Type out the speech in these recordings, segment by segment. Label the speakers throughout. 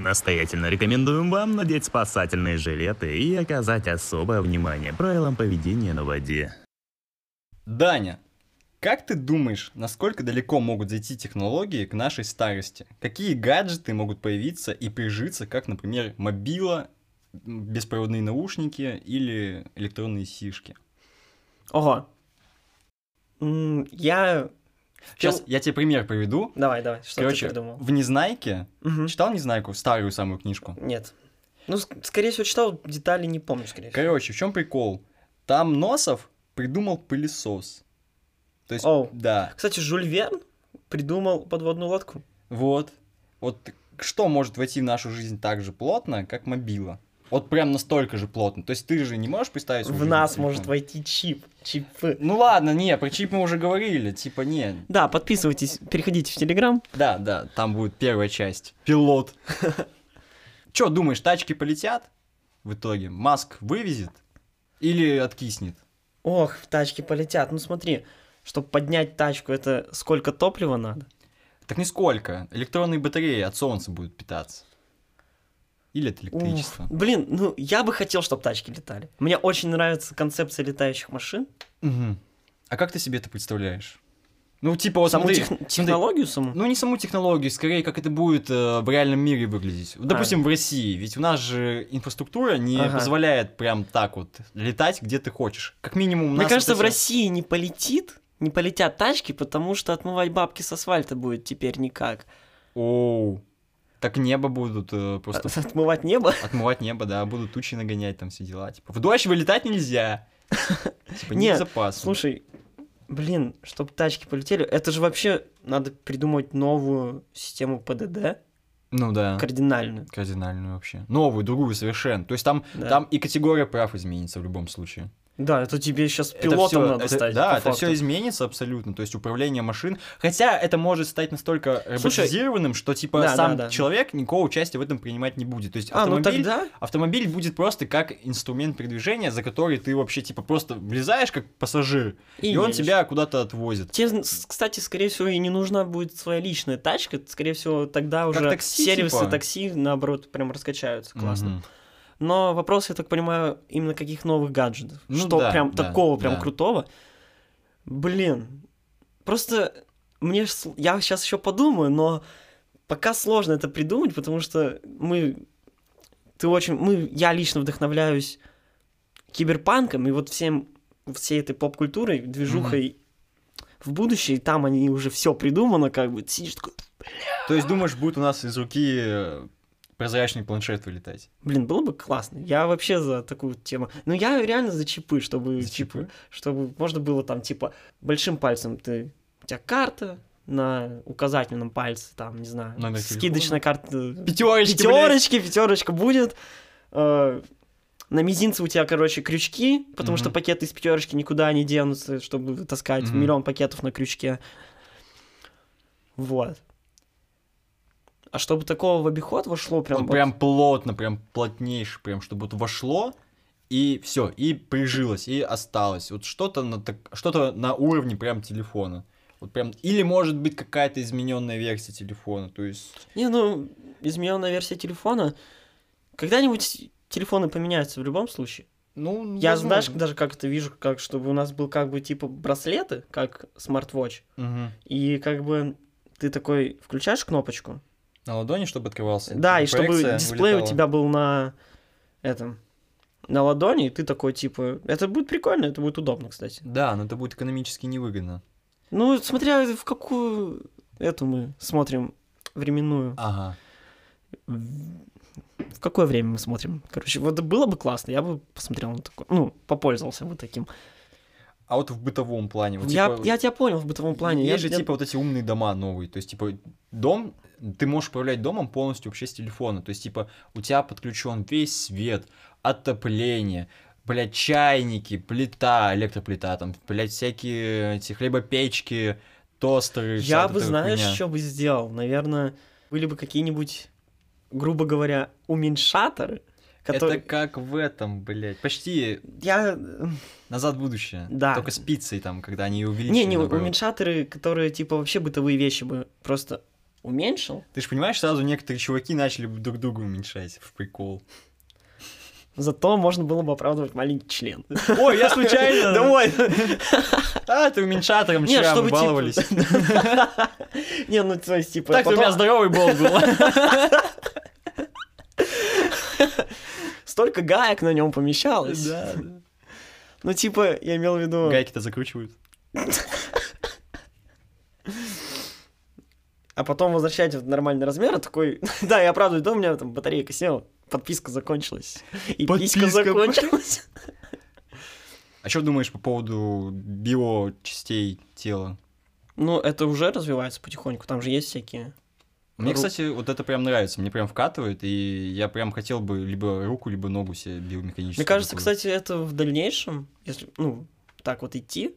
Speaker 1: Настоятельно рекомендуем вам надеть спасательные жилеты и оказать особое внимание правилам поведения на воде.
Speaker 2: Даня, как ты думаешь, насколько далеко могут зайти технологии к нашей старости? Какие гаджеты могут появиться и прижиться, как, например, мобила, м, беспроводные наушники или электронные сишки?
Speaker 3: Ого. М, Я...
Speaker 2: Сейчас
Speaker 3: Чел-
Speaker 2: я тебе пример приведу.
Speaker 3: Давай, давай, что
Speaker 2: Короче,
Speaker 3: ты придумал?
Speaker 2: в Незнайке,
Speaker 3: Мгм.
Speaker 2: читал Незнайку, старую самую книжку?
Speaker 3: Нет. Ну, ск- скорее всего, читал, детали не помню, скорее всего.
Speaker 2: Короче, в чем прикол? Там Носов придумал пылесос. То есть,
Speaker 3: Оу.
Speaker 2: да,
Speaker 3: Кстати, Жюль Верн придумал подводную лодку.
Speaker 2: Вот. Вот что может войти в нашу жизнь так же плотно, как мобила? Вот прям настолько же плотно. То есть ты же не можешь представить... свою
Speaker 3: В
Speaker 2: жизнь
Speaker 3: нас
Speaker 2: без
Speaker 3: может
Speaker 2: телефона?
Speaker 3: войти чип. Чипы.
Speaker 2: Ну ладно, не, про чип мы уже говорили, типа не.
Speaker 3: Да, подписывайтесь, переходите в Телеграм.
Speaker 2: Да, да, там будет первая часть. Пилот. Чё, думаешь, тачки полетят? В итоге Маск вывезет или откиснет?
Speaker 3: Ох, тачки полетят. Ну смотри, чтобы поднять тачку, это сколько топлива надо?
Speaker 2: Так нисколько. Электронные батареи от солнца будут питаться. Или от
Speaker 3: Уф.
Speaker 2: электричества.
Speaker 3: Блин, ну я бы хотел, чтобы тачки летали. Мне очень нравится концепция летающих машин.
Speaker 2: Мгм. А как ты себе это представляешь? Ну, типа, вот
Speaker 3: саму
Speaker 2: смотри,
Speaker 3: тех-
Speaker 2: смотри.
Speaker 3: технологию саму.
Speaker 2: Ну, не саму технологию, скорее, как это будет э, в реальном мире выглядеть. Вот, Допустим, в России, ведь у нас же инфраструктура не
Speaker 3: А. Ага.
Speaker 2: позволяет прям так вот летать, где ты хочешь. Как минимум, у
Speaker 3: Мне
Speaker 2: нас
Speaker 3: кажется,
Speaker 2: это
Speaker 3: в
Speaker 2: всё-
Speaker 3: России не полетит, не полетят тачки, потому что отмывать бабки с асфальта будет теперь никак.
Speaker 2: Оу. Так небо будут э,
Speaker 3: А,
Speaker 2: просто
Speaker 3: Отмывать небо.
Speaker 2: отмывать небо, да, будут тучи нагонять, там все дела. Типа, в дождь вылетать нельзя. Типа,
Speaker 3: Не,
Speaker 2: небезопасно.
Speaker 3: Слушай, блин, чтобы тачки полетели, это же вообще надо придумать новую систему ПДД,
Speaker 2: Ну да.
Speaker 3: кардинальную.
Speaker 2: Кардинальную вообще. Новую, другую совершенно. То есть там,
Speaker 3: Да.
Speaker 2: там и категория прав изменится в любом случае.
Speaker 3: Да, это тебе сейчас
Speaker 2: Это
Speaker 3: пилотом
Speaker 2: всё-
Speaker 3: надо
Speaker 2: это-
Speaker 3: стать.
Speaker 2: Да,
Speaker 3: по
Speaker 2: это
Speaker 3: факту.
Speaker 2: все изменится абсолютно. То есть управление машин. Хотя это может стать настолько
Speaker 3: Слушай,
Speaker 2: роботизированным, что типа
Speaker 3: да,
Speaker 2: сам
Speaker 3: да, да.
Speaker 2: человек никакого участия в этом принимать не будет. То есть
Speaker 3: А, ну
Speaker 2: автомобиль,
Speaker 3: тогда?
Speaker 2: автомобиль будет просто как инструмент передвижения, за который ты вообще типа просто влезаешь как пассажир, и, он
Speaker 3: едешь.
Speaker 2: тебя куда-то отвозит.
Speaker 3: Тебе, с- кстати, скорее всего, и не нужна будет своя личная тачка. Скорее всего, тогда уже
Speaker 2: такси,
Speaker 3: сервисы
Speaker 2: типа?
Speaker 3: такси, наоборот, прям раскачаются. Классно.
Speaker 2: Мгм.
Speaker 3: Но вопрос, я так понимаю, именно каких новых гаджетов.
Speaker 2: Ну
Speaker 3: что
Speaker 2: да,
Speaker 3: прям
Speaker 2: да,
Speaker 3: такого, прям
Speaker 2: да.
Speaker 3: крутого. Блин, просто мне ж сл- я сейчас еще подумаю, но пока сложно это придумать, потому что мы, ты очень, мы, я лично вдохновляюсь киберпанком и вот всем всей этой поп-культурой, движухой в будущее, и там они уже все придумано, как бы ты сидишь такой,
Speaker 2: То есть думаешь, будет у нас из руки э, прозрачный планшет вылетать?
Speaker 3: блин, было бы классно. Я вообще за такую тему. Но я реально за чипы, чтобы типа,
Speaker 2: За чипы?
Speaker 3: чтобы можно было там, типа, большим пальцем ты, у тебя карта, на указательном пальце, там, не знаю,
Speaker 2: Номер телефона.
Speaker 3: скидочная карта,
Speaker 2: Пятерочки, блядь!
Speaker 3: пятерочки, пятерочка будет, Э, на мизинце у тебя, короче, крючки, потому
Speaker 2: Мгм.
Speaker 3: что пакеты из пятерочки никуда не денутся, чтобы таскать
Speaker 2: Мгм.
Speaker 3: миллион пакетов на крючке. Вот. А чтобы такого в обиход вошло, прям...
Speaker 2: Ну, прям, прям
Speaker 3: вот-
Speaker 2: плотно, прям плотнейше, прям чтобы вот вошло и все, и прижилось, и осталось. Вот что-то на так- что-то на уровне прям телефона. Вот прям или может быть какая-то измененная версия телефона, то есть
Speaker 3: Не, ну, измененная версия телефона. Когда-нибудь телефоны поменяются в любом случае.
Speaker 2: ну
Speaker 3: Я
Speaker 2: возможно.
Speaker 3: знаешь, даже как это вижу, как чтобы у нас был как бы типа браслеты, как смарт-вотч,
Speaker 2: Мгм.
Speaker 3: и как бы ты такой включаешь кнопочку,
Speaker 2: на ладони чтобы открывался.
Speaker 3: да, и чтобы
Speaker 2: типа проекция
Speaker 3: дисплей у
Speaker 2: вылетала.
Speaker 3: тебя был на этом на ладони, и ты такой типа, это будет прикольно, это будет удобно, кстати.
Speaker 2: Да, но это будет экономически невыгодно.
Speaker 3: Ну, смотря в какую эту мы смотрим временную,
Speaker 2: Ага.
Speaker 3: в какое время мы смотрим, короче, вот было бы классно, я бы посмотрел на такое, ну, попользовался вот таким.
Speaker 2: А вот в бытовом плане. Вот,
Speaker 3: я,
Speaker 2: типа,
Speaker 3: я тебя понял в бытовом плане.
Speaker 2: Есть же,
Speaker 3: я, я-
Speaker 2: типа, вот эти умные дома новые. То есть, типа, дом, ты можешь управлять домом полностью вообще с телефона. То есть, типа, у тебя подключен весь свет, отопление, блядь, чайники, плита, электроплита, там, блядь, всякие эти хлебопечки, тостеры. вся
Speaker 3: Я
Speaker 2: вот
Speaker 3: бы,
Speaker 2: эта
Speaker 3: знаешь,
Speaker 2: хуйня.
Speaker 3: что бы сделал? Наверное, были бы какие-нибудь, грубо говоря, уменьшаторы, которые...
Speaker 2: Это как в этом, блядь, почти
Speaker 3: Я... м,
Speaker 2: назад в будущее.
Speaker 3: Да.
Speaker 2: Только с пиццей там, когда они увеличили.
Speaker 3: Не, не,
Speaker 2: наоборот.
Speaker 3: уменьшаторы, которые, типа, вообще бытовые вещи бы просто уменьшил.
Speaker 2: Ты же понимаешь, сразу некоторые чуваки начали бы друг друга уменьшать в прикол.
Speaker 3: Зато можно было бы оправдывать маленький член.
Speaker 2: Ой, я случайно!
Speaker 3: Домой!
Speaker 2: А, ты уменьшатором
Speaker 3: Нет,
Speaker 2: вчера мы
Speaker 3: чтобы типа-
Speaker 2: баловались.
Speaker 3: Не, ну то есть, типа...
Speaker 2: Так-то у
Speaker 3: потом-
Speaker 2: меня здоровый был был.
Speaker 3: Столько гаек на нем помещалось.
Speaker 2: Да.
Speaker 3: Ну, типа, я имел в виду...
Speaker 2: Гайки-то закручивают.
Speaker 3: А потом возвращать в нормальный размер, а такой... Да, я оправдываю, да, у меня там батарейка села, подписка закончилась. И
Speaker 2: Подписка,
Speaker 3: писька закончилась.
Speaker 2: А что думаешь по поводу биочастей тела?
Speaker 3: Ну, это уже развивается потихоньку, там же есть всякие...
Speaker 2: Мне,
Speaker 3: Ру-
Speaker 2: кстати, вот это прям нравится, мне прям вкатывает, и я прям хотел бы либо руку, либо ногу себе биомеханически.
Speaker 3: Мне кажется,
Speaker 2: такую.
Speaker 3: кстати, это в дальнейшем, если, ну, так вот идти,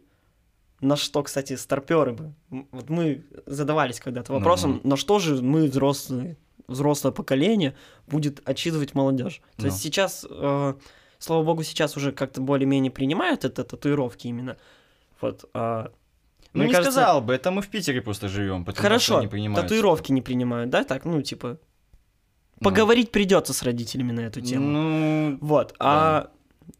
Speaker 3: на что, кстати, старперы бы. М, Вот мы задавались когда-то
Speaker 2: Ну.
Speaker 3: вопросом, на что же мы, взрослые, взрослое поколение, будет отчитывать молодежь. То
Speaker 2: Ну.
Speaker 3: есть сейчас, э, слава богу, сейчас уже как-то более-менее принимают это татуировки именно. Вот. а,
Speaker 2: Ну,
Speaker 3: мне
Speaker 2: не
Speaker 3: кажется,
Speaker 2: сказал бы, это мы в Питере просто живем, потому что
Speaker 3: Хорошо,
Speaker 2: не принимают.
Speaker 3: татуировки не принимают, да? Так, ну, типа,
Speaker 2: Ну,
Speaker 3: поговорить придется с родителями на эту тему.
Speaker 2: Ну,
Speaker 3: Вот. А,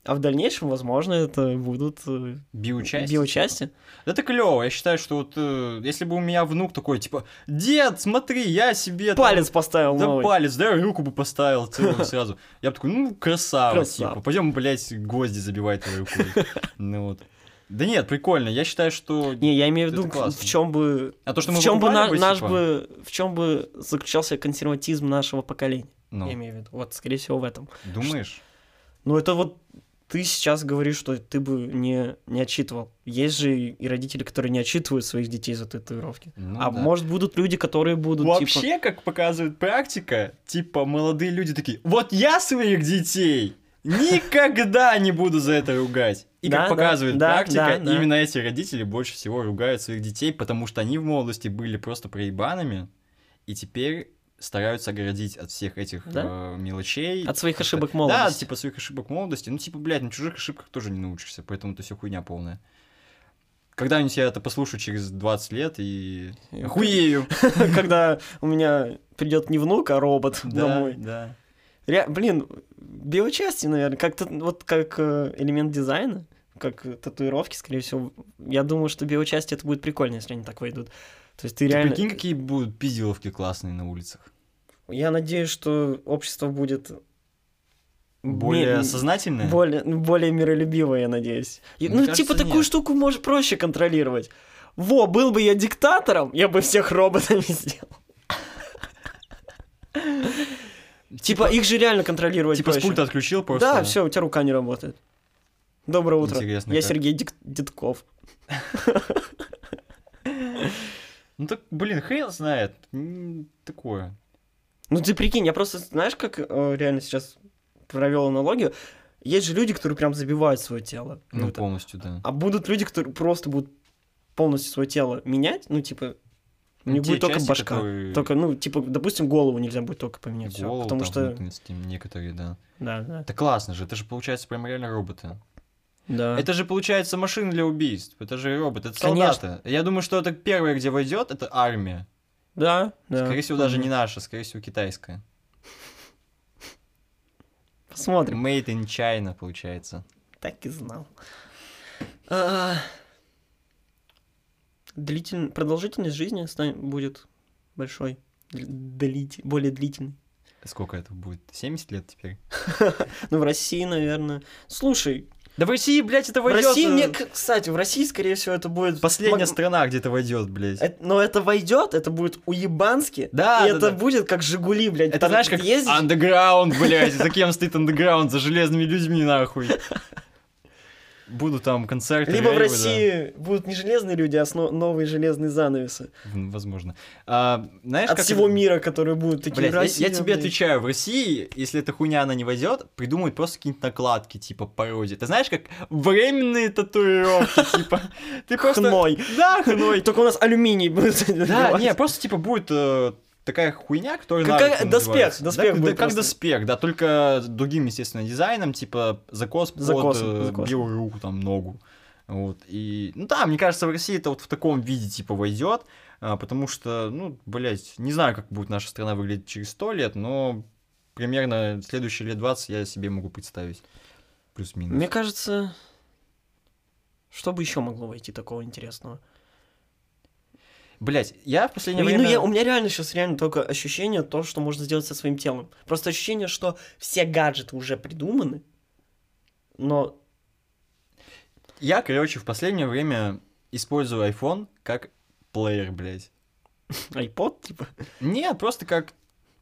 Speaker 3: а в дальнейшем, возможно, это будут э,
Speaker 2: биочасти.
Speaker 3: биочасти.
Speaker 2: Это клево, я считаю, что вот э, если бы у меня внук такой, типа, дед, смотри, я себе... там-
Speaker 3: Палец поставил
Speaker 2: Да
Speaker 3: новый.
Speaker 2: палец, да, руку бы поставил целую сразу. Я бы такой, ну, красава,
Speaker 3: Красава.
Speaker 2: типа, пойдем, блядь, гвозди забивать твою рукой. Ну вот. Да нет, прикольно, я считаю, что...
Speaker 3: Не, я имею в
Speaker 2: Это
Speaker 3: виду, в-
Speaker 2: классно.
Speaker 3: в чем бы,
Speaker 2: А то, что мы
Speaker 3: в чем бы на-
Speaker 2: покупали
Speaker 3: наш
Speaker 2: типа,
Speaker 3: бы, в чем бы заключался консерватизм нашего поколения.
Speaker 2: ну,
Speaker 3: Я имею в виду. Вот, скорее всего, в этом.
Speaker 2: думаешь?
Speaker 3: Ну это вот ты сейчас говоришь, что ты бы не не отчитывал. Есть же и и родители, которые не отчитывают своих детей за татуировки.
Speaker 2: Ну
Speaker 3: а
Speaker 2: да.
Speaker 3: может будут люди, которые будут
Speaker 2: Вообще,
Speaker 3: типа.
Speaker 2: как показывает практика, типа, молодые люди такие, вот я своих детей никогда не буду за это ругать. И
Speaker 3: Да,
Speaker 2: как
Speaker 3: да,
Speaker 2: показывает
Speaker 3: да,
Speaker 2: практика,
Speaker 3: да, да.
Speaker 2: именно эти родители больше всего ругают своих детей, потому что они в молодости были просто проебанами, и теперь стараются оградить от всех этих
Speaker 3: Да?
Speaker 2: э, мелочей.
Speaker 3: От своих
Speaker 2: Как-то-
Speaker 3: ошибок
Speaker 2: Да,
Speaker 3: молодости.
Speaker 2: типа своих ошибок молодости. Ну, типа, блядь, на чужих ошибках тоже не научишься, поэтому это все хуйня полная. Когда-нибудь я это послушаю через 20 лет и...
Speaker 3: И-
Speaker 2: Охуею!
Speaker 3: Когда у меня придет не внук, а робот домой.
Speaker 2: да.
Speaker 3: Ре- блин, биочасти, наверное, как-то вот как э, элемент дизайна, как э, татуировки, скорее всего. Я думаю, что биочасти это будет прикольно, если они так войдут. То есть ты
Speaker 2: Ты
Speaker 3: реально.
Speaker 2: прикинь, какие будут пизделовки классные на улицах.
Speaker 3: Я надеюсь, что общество будет м-
Speaker 2: Более
Speaker 3: м-
Speaker 2: сознательные?
Speaker 3: более, ну, более миролюбивое, я надеюсь. И-
Speaker 2: Мне
Speaker 3: ну,
Speaker 2: кажется,
Speaker 3: типа такую
Speaker 2: нет.
Speaker 3: штуку можешь проще контролировать. Во, был бы я диктатором, я бы всех роботами сделал. Типа, их же реально контролировать
Speaker 2: Типа с
Speaker 3: проще.
Speaker 2: пульта отключил просто.
Speaker 3: Да, все, у тебя рука не работает. Доброе утро.
Speaker 2: Интересно,
Speaker 3: Я
Speaker 2: как.
Speaker 3: Сергей Дик- Дедков.
Speaker 2: Ну так, блин, хрен знает. М, Такое.
Speaker 3: Ну ты прикинь, я просто, знаешь, как э, реально сейчас провел аналогию? Есть же люди, которые прям забивают свое тело.
Speaker 2: Ну,
Speaker 3: круто.
Speaker 2: полностью, да.
Speaker 3: а будут люди, которые просто будут полностью свое тело менять, ну типа... У них
Speaker 2: Те
Speaker 3: будет только
Speaker 2: части,
Speaker 3: башка.
Speaker 2: которые-
Speaker 3: Только, ну, типа, допустим, голову нельзя будет только поменять. всё,
Speaker 2: Голову
Speaker 3: потому
Speaker 2: там
Speaker 3: что...
Speaker 2: вытянуть, м, некоторые, да.
Speaker 3: Да, да.
Speaker 2: Это классно же, это же получается прям реально роботы.
Speaker 3: да.
Speaker 2: Это же получается машина для убийств, это же робот, это
Speaker 3: Конечно.
Speaker 2: солдаты. Я думаю, что это первое, где войдет, это армия.
Speaker 3: Да, да.
Speaker 2: Скорее всего, даже не наша, скорее всего, китайская.
Speaker 3: Посмотрим.
Speaker 2: Made in China, получается.
Speaker 3: Так и знал. А, длитель- Продолжительность жизни станет- будет большой. Дли- длит- Более длительной.
Speaker 2: Сколько это будет? 70 лет теперь?
Speaker 3: Ну, в России, наверное. Слушай,
Speaker 2: Да в России, блядь, это
Speaker 3: в
Speaker 2: войдет.
Speaker 3: России,
Speaker 2: э,
Speaker 3: мне, к- кстати, в России, скорее всего, это будет...
Speaker 2: Последняя
Speaker 3: маг-
Speaker 2: страна, где это войдет, блядь.
Speaker 3: Э, Но это войдет, это будет уебански.
Speaker 2: Да,
Speaker 3: и
Speaker 2: да,
Speaker 3: это
Speaker 2: да.
Speaker 3: будет как Жигули, блядь.
Speaker 2: Это
Speaker 3: Там
Speaker 2: знаешь, как
Speaker 3: ездишь-
Speaker 2: андеграунд, блядь. За кем стоит андеграунд? За железными людьми, нахуй. Буду там концерты.
Speaker 3: Либо в
Speaker 2: рейвы, да.
Speaker 3: России будут не железные люди, а сно- новые железные занавесы.
Speaker 2: М, Возможно. А, знаешь,
Speaker 3: От
Speaker 2: как
Speaker 3: всего
Speaker 2: это-
Speaker 3: мира, которые будут такие.
Speaker 2: Блядь, я- я,
Speaker 3: «Россия,
Speaker 2: тебе
Speaker 3: блядь».
Speaker 2: отвечаю, в России, если эта хуйня, она не войдет, придумают просто какие-нибудь накладки, типа пародии. Ты знаешь, как временные татуировки, типа. Ты просто...
Speaker 3: Хной.
Speaker 2: Да, хной.
Speaker 3: Только у нас алюминий будет.
Speaker 2: Да,
Speaker 3: добивать.
Speaker 2: не, просто типа будет э, такая хуйня, которая
Speaker 3: Как-
Speaker 2: Наруто
Speaker 3: как доспех,
Speaker 2: называется.
Speaker 3: доспех
Speaker 2: Да, как-
Speaker 3: будет
Speaker 2: да, как
Speaker 3: просто.
Speaker 2: доспех, да, только с другим, естественно, дизайном, типа закос под
Speaker 3: Закосом,
Speaker 2: э,
Speaker 3: закосом.
Speaker 2: белую руку, там, ногу. Вот, и, ну да, мне кажется, в России это вот в таком виде, типа, войдет. а, потому что, ну, блядь, не знаю, как будет наша страна выглядеть через 100 лет, но примерно следующие лет 20 я себе могу представить. Плюс-минус.
Speaker 3: Мне кажется, что бы еще могло войти такого интересного?
Speaker 2: Блять, я в последнее
Speaker 3: Ой,
Speaker 2: время...
Speaker 3: Ну, я, у меня реально сейчас реально только ощущение то, что можно сделать со своим телом. Просто ощущение, что все гаджеты уже придуманы, но
Speaker 2: Я, короче, в последнее время использую iPhone как плеер, блядь.
Speaker 3: iPod, типа,
Speaker 2: Нет, просто как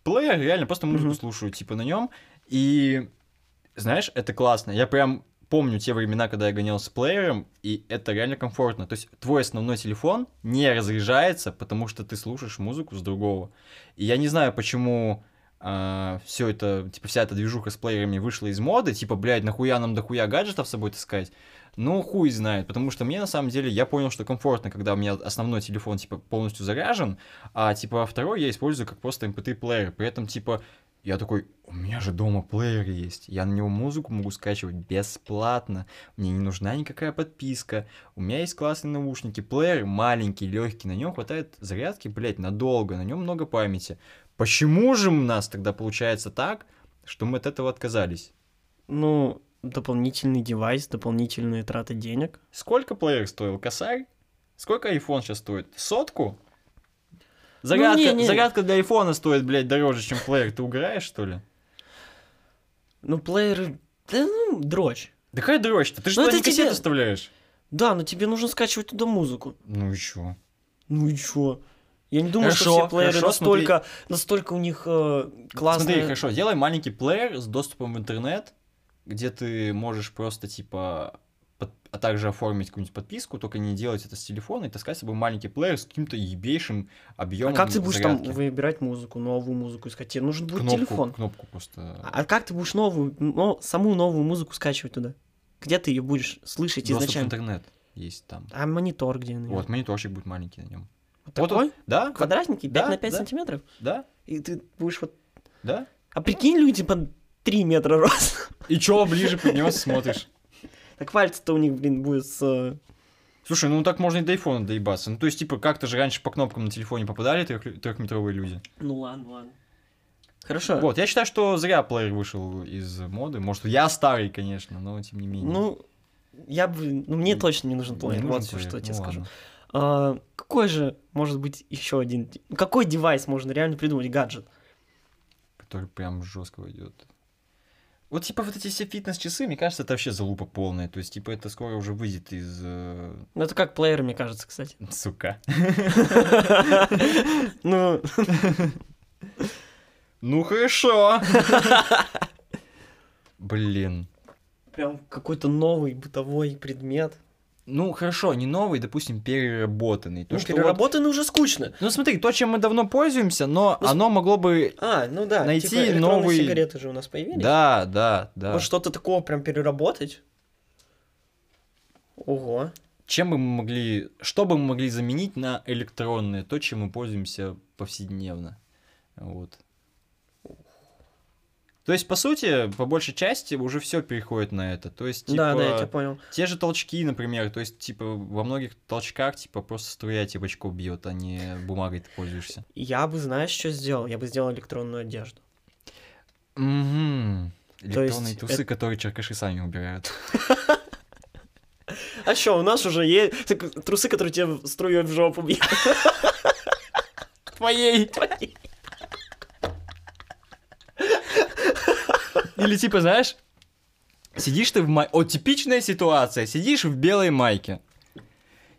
Speaker 2: плеер, реально, просто музыку
Speaker 3: Мгм.
Speaker 2: слушаю, типа, на нем. И, знаешь, это классно. Я прям помню те времена, когда я гонял с плеером, и это реально комфортно. То есть твой основной телефон не разряжается, потому что ты слушаешь музыку с другого. И я не знаю, почему все это, типа, вся эта движуха с плеерами вышла из моды, типа, блядь, нахуя нам дохуя гаджетов с собой таскать? Ну, хуй знает, потому что мне, на самом деле, я понял, что комфортно, когда у меня основной телефон, типа, полностью заряжен, а, типа, второй я использую как просто эм MP3-плеер, при этом, типа, я такой, у меня же дома плеер есть, я на него музыку могу скачивать бесплатно, мне не нужна никакая подписка, у меня есть классные наушники, плеер маленький, легкий, на нем хватает зарядки, блядь, надолго, на нем много памяти. Почему же у нас тогда получается так, что мы от этого отказались?
Speaker 3: ну, дополнительный девайс, дополнительные траты денег.
Speaker 2: Сколько плеер стоил? Косарь? Сколько iPhone сейчас стоит? Сотку? Зарядка,
Speaker 3: Ну, не, не.
Speaker 2: зарядка для айфона стоит, блядь, дороже, чем плеер. Ты угораешь, что ли?
Speaker 3: Ну, плееры, да, ну, дрочь.
Speaker 2: Да какая дрочь-то? Ты же
Speaker 3: Ну,
Speaker 2: туда
Speaker 3: это
Speaker 2: не кассету
Speaker 3: тебе-
Speaker 2: вставляешь.
Speaker 3: Да, но тебе нужно скачивать туда музыку.
Speaker 2: Ну и чё?
Speaker 3: Ну и чё? Я не думаю, что
Speaker 2: Хорошо,
Speaker 3: все плееры
Speaker 2: хорошо,
Speaker 3: настолько, настолько у них э, классные.
Speaker 2: Смотри, хорошо, делай маленький плеер с доступом в интернет, где ты можешь просто, типа, под- а также оформить какую-нибудь подписку, только не делать это с телефона и таскать с собой маленький плеер с каким-то ебейшим
Speaker 3: а
Speaker 2: объемом
Speaker 3: как ты будешь
Speaker 2: зарядки.
Speaker 3: там выбирать музыку, новую музыку искать? Тебе нужен будет
Speaker 2: ну, кнопку,
Speaker 3: телефон.
Speaker 2: кнопку просто...
Speaker 3: А как ты будешь новую, но саму новую музыку скачивать туда? Где ты ее будешь слышать
Speaker 2: Доступ в
Speaker 3: изначально?
Speaker 2: интернет есть там.
Speaker 3: А монитор где? наверное?
Speaker 2: Вот, мониторчик будет маленький на нем.
Speaker 3: Вот
Speaker 2: вот
Speaker 3: такой?
Speaker 2: Да? как-
Speaker 3: Квадратненький, 5
Speaker 2: Да,
Speaker 3: на 5
Speaker 2: да.
Speaker 3: сантиметров?
Speaker 2: Да?
Speaker 3: И ты будешь вот...
Speaker 2: Да?
Speaker 3: А прикинь, люди по 3 метра рост.
Speaker 2: И чё, ближе поднес, смотришь.
Speaker 3: Так пальцы-то у них, блин, будет с... э,
Speaker 2: Слушай, ну так можно и до айфона доебаться. Ну то есть, типа, как-то же раньше по кнопкам на телефоне попадали трех- трехметровые люди.
Speaker 3: Ну ладно, ладно. Хорошо.
Speaker 2: Вот, я считаю, что зря плеер вышел из моды. Может, я старый, конечно, но тем не менее.
Speaker 3: Ну, я бы... Ну, мне
Speaker 2: Не-
Speaker 3: точно не нужен
Speaker 2: Не
Speaker 3: плеер.
Speaker 2: нужен
Speaker 3: Вот что
Speaker 2: плеер,
Speaker 3: я тебе
Speaker 2: ну
Speaker 3: скажу.
Speaker 2: ладно.
Speaker 3: А, Какой же, может быть, еще один... де- ну, Какой девайс можно реально придумать, гаджет?
Speaker 2: Который прям жестко идет. Вот, типа, вот эти все фитнес-часы, мне кажется, это вообще залупа полная. То есть, типа, это скоро уже выйдет из... э,
Speaker 3: Ну, это как плеер, мне кажется, кстати.
Speaker 2: Сука.
Speaker 3: Ну,
Speaker 2: Ну, хорошо. Блин.
Speaker 3: прям какой-то новый бытовой предмет.
Speaker 2: Ну, хорошо, не новый, допустим, переработанный. То,
Speaker 3: Ну,
Speaker 2: что вот-
Speaker 3: переработанный уже скучно.
Speaker 2: Ну, смотри, то, чем мы давно пользуемся, но
Speaker 3: Ну, с-
Speaker 2: оно могло бы...
Speaker 3: А, ну да.
Speaker 2: Найти
Speaker 3: типа электронные
Speaker 2: новый-
Speaker 3: сигареты же у нас появились.
Speaker 2: Да, да, да.
Speaker 3: Может, что-то такого прям переработать? Ого.
Speaker 2: чем бы мы могли, что бы мы могли заменить на электронные, то, чем мы пользуемся повседневно. Вот. То есть, по сути, по большей части уже все переходит на это. То есть, типа,
Speaker 3: Да, да, я тебя понял.
Speaker 2: те же толчки, например, то есть, типа, во многих толчках, типа, просто струя тебе в очко бьет, а не бумагой ты пользуешься.
Speaker 3: Я бы, знаешь, что сделал? Я бы сделал электронную одежду.
Speaker 2: Угу. Электронные
Speaker 3: есть
Speaker 2: тусы, которые черкаши сами убирают.
Speaker 3: А что, у нас уже есть так, трусы, которые тебе в- струей в жопу бьют.
Speaker 2: Твоей! Или типа, знаешь, сидишь ты в майке... О, типичная ситуация. Сидишь в белой майке.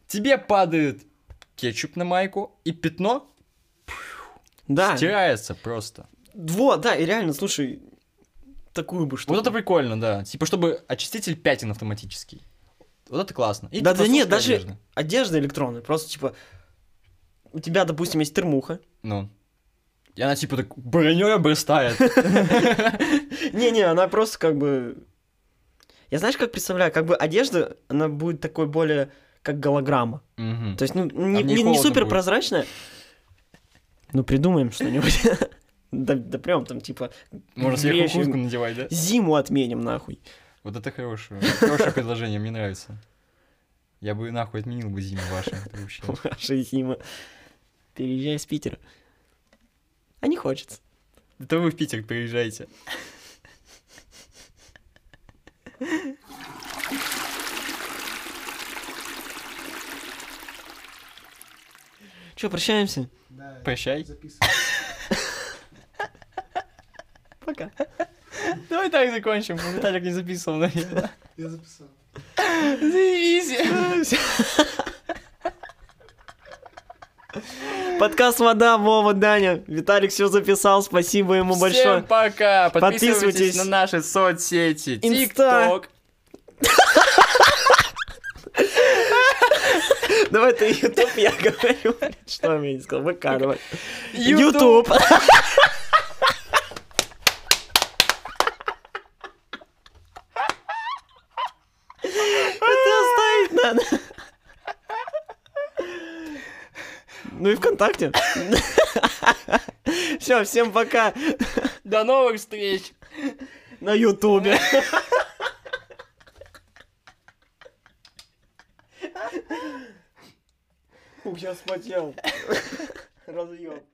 Speaker 2: Тебе падает кетчуп на майку, и пятно
Speaker 3: Да.
Speaker 2: стирается просто.
Speaker 3: Вот, да, и реально, слушай, такую бы что
Speaker 2: Вот это прикольно, да. Типа, чтобы очиститель пятен автоматический. Вот это классно. И
Speaker 3: Да,
Speaker 2: типа
Speaker 3: да нет,
Speaker 2: сушка
Speaker 3: даже-
Speaker 2: одежды.
Speaker 3: Одежда электронная, просто типа... У тебя, допустим, есть термуха.
Speaker 2: Ну. И она типа так броней обрастает.
Speaker 3: Не-не, она просто как бы... Я знаешь, как представляю, как бы одежда, она будет такой более как голограмма.
Speaker 2: Мгм.
Speaker 3: То есть, ну, не,
Speaker 2: в ней
Speaker 3: не- не
Speaker 2: А холодно
Speaker 3: супер
Speaker 2: будет.
Speaker 3: прозрачная. Ну, придумаем что-нибудь. Да, да прям там, типа,
Speaker 2: Можно сверху
Speaker 3: греющую-
Speaker 2: куртку надевать, да?
Speaker 3: зиму отменим нахуй.
Speaker 2: Вот это хорошее. Хорошее предложение, мне нравится. Я бы нахуй отменил бы зиму вашу. это вообще.
Speaker 3: Ваша зима. переезжай из Питера. А не хочется.
Speaker 2: Это вы в Питер приезжайте.
Speaker 3: Че, прощаемся?
Speaker 4: Да,
Speaker 2: Прощай.
Speaker 4: записывай.
Speaker 3: Пока.
Speaker 2: Давай так закончим, Виталик не записывал, наверное.
Speaker 4: Я записал.
Speaker 3: Подкаст «Вода», Вова, Даня. Виталик все записал, спасибо ему большое.
Speaker 2: Всем пока.
Speaker 3: Подписывайтесь.
Speaker 2: Подписывайтесь на наши соцсети.
Speaker 3: Инста.
Speaker 2: ТикТок.
Speaker 3: Давай ты Ютуб, я говорю. Что я мне не сказал? ВК, давай.
Speaker 2: Ютуб.
Speaker 3: Ютуб. Это оставить надо. Ну и ВКонтакте. Все, всем пока
Speaker 2: До новых встреч.
Speaker 3: на Ютубе. Ух, я вспотел. Разъем.